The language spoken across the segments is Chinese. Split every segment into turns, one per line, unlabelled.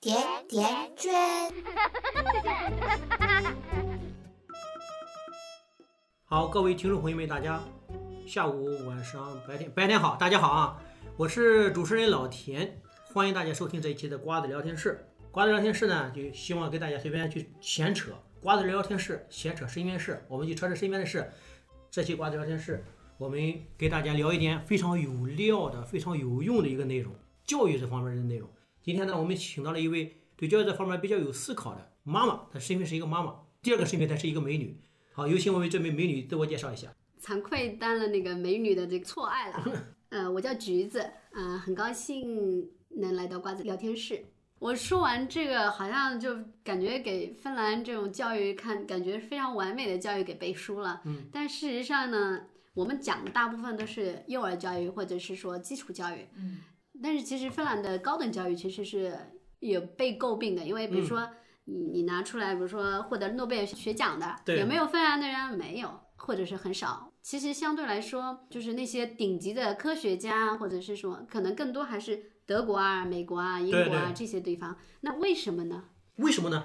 甜甜圈。
好，各位听众朋友们，大家下午、晚上、白天、白天好，大家好啊！我是主持人老田，欢迎大家收听这一期的瓜子聊天室。瓜子聊天室呢，就希望跟大家随便去闲扯。瓜子聊天室，闲扯身边事，我们就扯扯身边的事。这期瓜子聊天室，我们给大家聊一点非常有料的、非常有用的一个内容，教育这方面的内容。今天呢，我们请到了一位对教育这方面比较有思考的妈妈，她身份是一个妈妈。第二个身份，她是一个美女。好，有请我们这位美女自我介绍一下。
惭愧当了那个美女的这个错爱了。呃，我叫橘子，嗯、很高兴能来到瓜子聊天室。我说完这个，好像就感觉给芬兰这种教育看，感觉非常完美的教育给背书了。
嗯，
但事实上呢，我们讲的大部分都是幼儿教育或者是说基础教育。
嗯，
但是其实芬兰的高等教育其实是也被诟病的，因为比
嗯
如说你、你拿出来，比如说获得诺贝尔学奖的，
对
有没有芬兰的人？没有，或者是很少。其实相对来说，就是那些顶级的科学家，啊或者是说可能更多还是德国啊、美国啊、英国啊
对对
这些地方。那为什么呢？
为什么呢？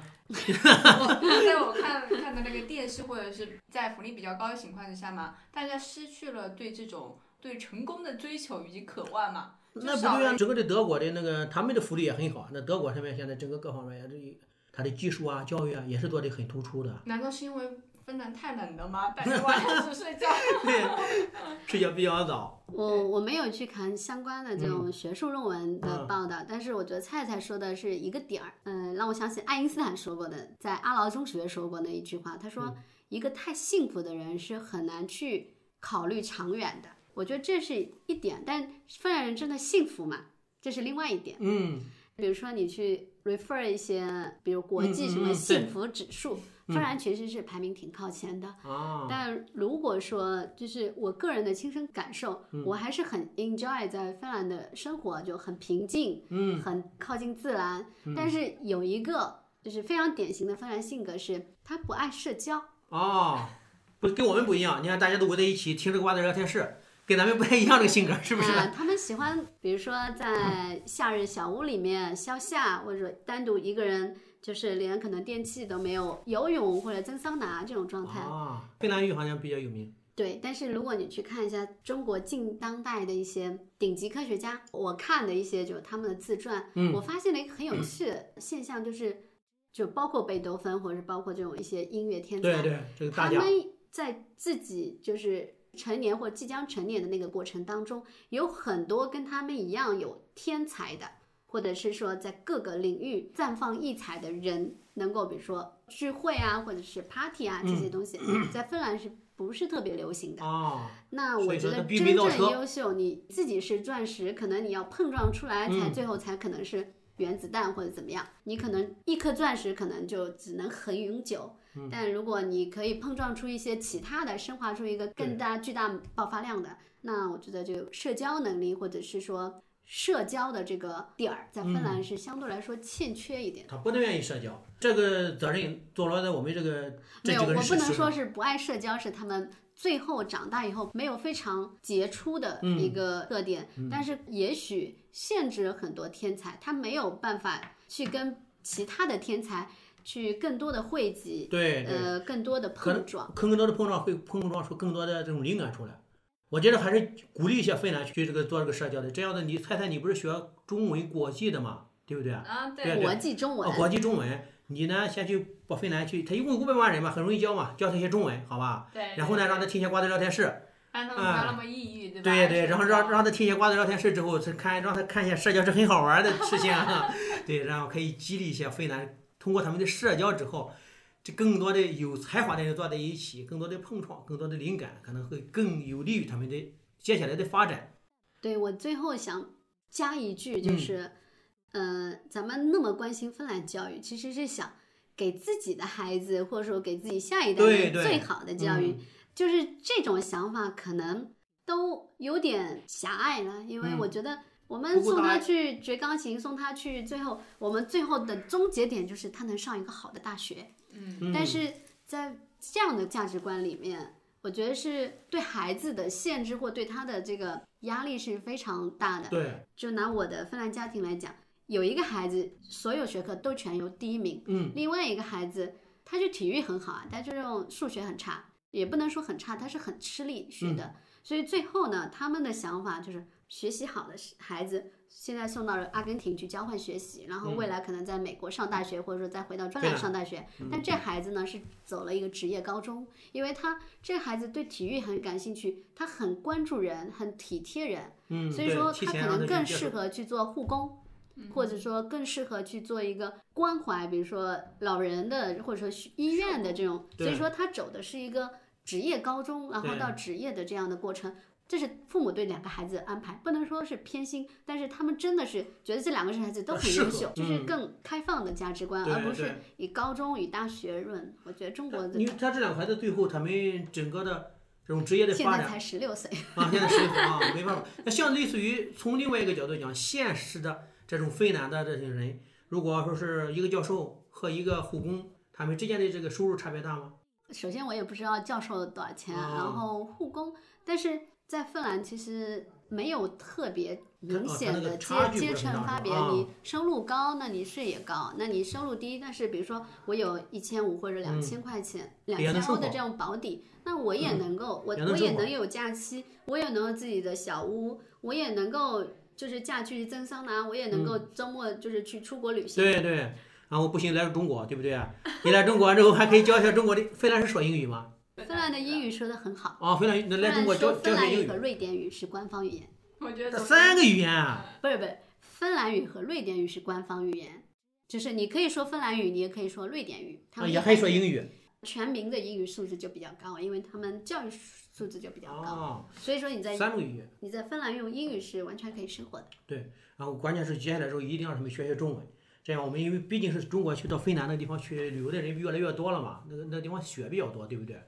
我在我看看的那个电视，或者是在福利比较高的情况之下嘛，大家失去了对这种对成功的追求以及渴望嘛。就
那不
少
对啊，
了
整个的德国的那个他们的福利也很好。那德国上面现在整个各方面也是，它的技术啊、教育啊也是做的很突出的。
难道是因为芬兰太冷了吗？大家晚上只睡 觉。
对，睡觉比较早。
我我没有去看相关的这种学术论文的
嗯
报道，但是我觉得菜菜说的是一个点儿，嗯、让我想起爱因斯坦说过的，在阿劳中学说过那一句话，他
嗯
说、一个太幸福的人是很难去考虑长远的。我觉得这是一点，但芬兰人真的幸福吗？这是另外一点。
嗯，
比如说你去 refer 一些，比如国际
嗯嗯
什
嗯对
么幸福指数，
嗯
芬兰其实是排名挺靠前的。
啊，
但如果说就是我个人的亲身感受，
嗯
我还是很 enjoy 在芬兰的生活，就很平静，
嗯，
很靠近自然。
嗯
但是有一个就是非常典型的芬兰性格是，他不爱社交。
哦，不跟我们不一样。你看，大家都围在一起听这个瓜子聊天室，跟咱们不太一样的性格， 是不是？
啊？他们喜欢，比如说在夏日小屋里面消夏，或者说单独一个人，就是连可能电器都没有，游泳或者蒸桑拿这种状态。
啊，芬兰语好像比较有名。
对，但是如果你去看一下中国近当代的一些顶级科学家，我看的一些就是他们的自传，
嗯
我发现了一个很有趣的现象，就是就包括贝多芬，或者是包括这种一些音乐天才，
对对，这个大
他
家
们在自己就是成年或即将成年的那个过程当中，有很多跟他们一样有天才的，或者是说在各个领域绽放异彩的人，能够比如说聚会啊，或者是 party 啊这
嗯
些东西，在芬兰是不是特别流行的？
啊，
那
所
我
以
觉
说
得
它必
真
须倒
正
车
优秀，你自己是钻石，可能你要碰撞出来才
嗯
最后才可能是原子弹或者怎么样。你可能一颗钻石可能就只能很永久，
嗯
但如果你可以碰撞出一些其他的，升华出一个
对
更大巨大爆发量的，那我觉得就社交能力或者是说社交的这个点儿，在芬
嗯
兰是相对来说欠缺一点。
他不太愿意社交，这个责任坐落在我们这个这
没有，
几个
我
人
不
身
能
上。
说是不爱社交，是他们最后长大以后没有非常杰出的
嗯
一个特点，但是也许限制了很多天才，他没有办法去跟其他的天才去更多的汇集，
对对。
嗯
呃，更多的
可能
碰撞。
更多的碰撞会碰撞出更多的这种灵感出来。我觉得还是鼓励一些芬兰去这个做这个社交的，这样的你猜猜你不是学中文国际的嘛，对不对？
啊，
对
对，
对
国际中文
哦，，国际中文，你呢先去把芬兰去，他一共五百万人嘛，很容易教嘛，教他一些中文，好吧？
对。
然后呢，让他听一些瓜子聊天室，
让他们不要那么抑郁，对吧？
对对，然后让让他听一些瓜子聊天室之后，他看让他看一下社交是很好玩的事情 啊，对，然后可以激励一些芬兰，通过他们的社交之后，这更多的有才华的人坐在一起，更多的碰撞，更多的灵感，可能会更有利于他们的接下来的发展。
对我最后想加一句，
嗯
就是，呃，咱们那么关心芬兰教育，其实是想给自己的孩子，或者说给自己下一代
对
人
对嗯
最好的教育。就是这种想法可能都有点狭隘了，因为
嗯
我觉得我
不
们
顾
送
大
他
爱
去学钢琴，送他去最后，我们最后的终结点就是他能上一个好的大学。
嗯，
嗯，
但是在这样的价值观里面，我觉得是对孩子的限制或对他的这个压力是非常大的。
对，
就拿我的芬兰家庭来讲，有一个孩子所有学科都全由第一名，
嗯，
另外一个孩子他就体育很好啊，但这种数学很差，也不能说很差，他是很吃力学
嗯
的。所以最后呢，他们的想法就是学习好的孩子现在送到了阿根廷去交换学习，然后未来可能在美国上大学，或者说再回到
嗯
专
对
栏
啊
上大学。但这孩子呢是走了一个职业高中，因为他这个孩子对体育很感兴趣，他很关注人，很体贴人。
嗯，
所以
对
说
提
他
前
可
让他
能
去
更
接
适
触
合去做护工，
嗯
或者说更适合去做一个关怀，比如说老人的或者说需医院的这种。所
对
以说他走的是一个职业高中，然后
对
到职业的这样的过程。这是父母对两个孩子的安排，不能说是偏心，但是他们真的是觉得这两个孩子都很
适合
优秀，就是
嗯
更开放的价值观，
对
而不
对
是以高中与大学论。我觉得中国的
因为他这两个孩子最后他们整个的这种职业的
现
发
在
展
才十六岁，
啊，现在十分啊，没办法。那像类似于从另外一个角度讲，现实的这种芬兰的这些人，如果说是一个教授和一个护工，他们之间的这个收入差别大吗？
首先我也不知道教授多少钱，啊
哦
然后护工，但是在芬兰其实没有特别明显
它哦它那
的
个
阶
差距
阶
不是很大
层发别。
啊
你收入高，那你税也高；那你收入低，但是比如说我有一千五或者两
嗯
千块钱、两
也能
千
生
欧
活
的这种保底，那我也
嗯
能够，我
也能
我也
生活
能有假期，我也能有自己的小屋，我也能够就是假去蒸桑拿，我也能够周末就是去出国旅
嗯
行。
对对，然后不行来中国，对不对？你来中国之后还可以教一下中国的芬兰是说英语吗？
芬兰的英语说的很好，
啊，芬兰能
芬
来中
兰
国教
说
教学
芬兰
英
语
语
和，瑞典语是官方语言。
我觉得
这三个语言啊，
不是不是，芬兰语和瑞典语是官方语言，就是你可以说芬兰语，你也可以说瑞典语，他
啊
们
也可以说
语。
英语
全民的英语素质就比较高，因为他们教育素质就比较高，
哦，
所以说你在
三种语言。
你在芬兰用英语是完全可以生活的。
然后关键是接下来的时候一定让他们学学中文，这样我们因为毕竟是中国去到芬兰那个地方去旅游的人越来越多了嘛，那个那个地方雪比较多，对不对？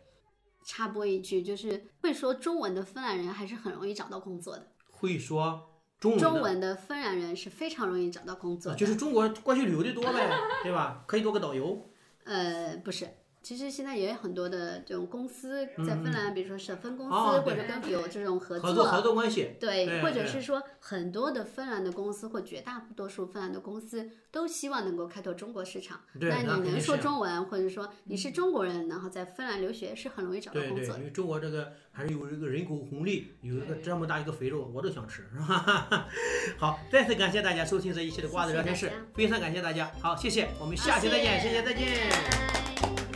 插播一句，就是会说中文的芬兰人还是很容易找到工作的，
会说中文的，
中文的芬兰人是非常容易找到工作
啊
的。
就是中国过去旅游的多 呗，对吧？可以做个导游，
呃，不是，其实现在也有很多的这种公司在芬兰，比如说省分公
嗯
司、
哦
或
对
者跟有这种合
合作合作关系，
对，
对
或者
对
是说很多的芬兰的公司或绝大多数芬兰的公司都希望能够开拓中国市场。
对，那
那你
肯定
能
是啊嗯
说。中文，或者说你是中国人，然后在芬兰留学是很容易找到
对
工
对，
作的。
因为中国这个还是有一个人口红利，有一个
对
这么大一个肥肉，我都想吃，是吧？ 好，再次感谢大家收听这一期的瓜子聊天室
谢谢大家，
非常感谢大家。好，谢谢，我们下期
好
再见，
谢
谢谢，再见。
拜拜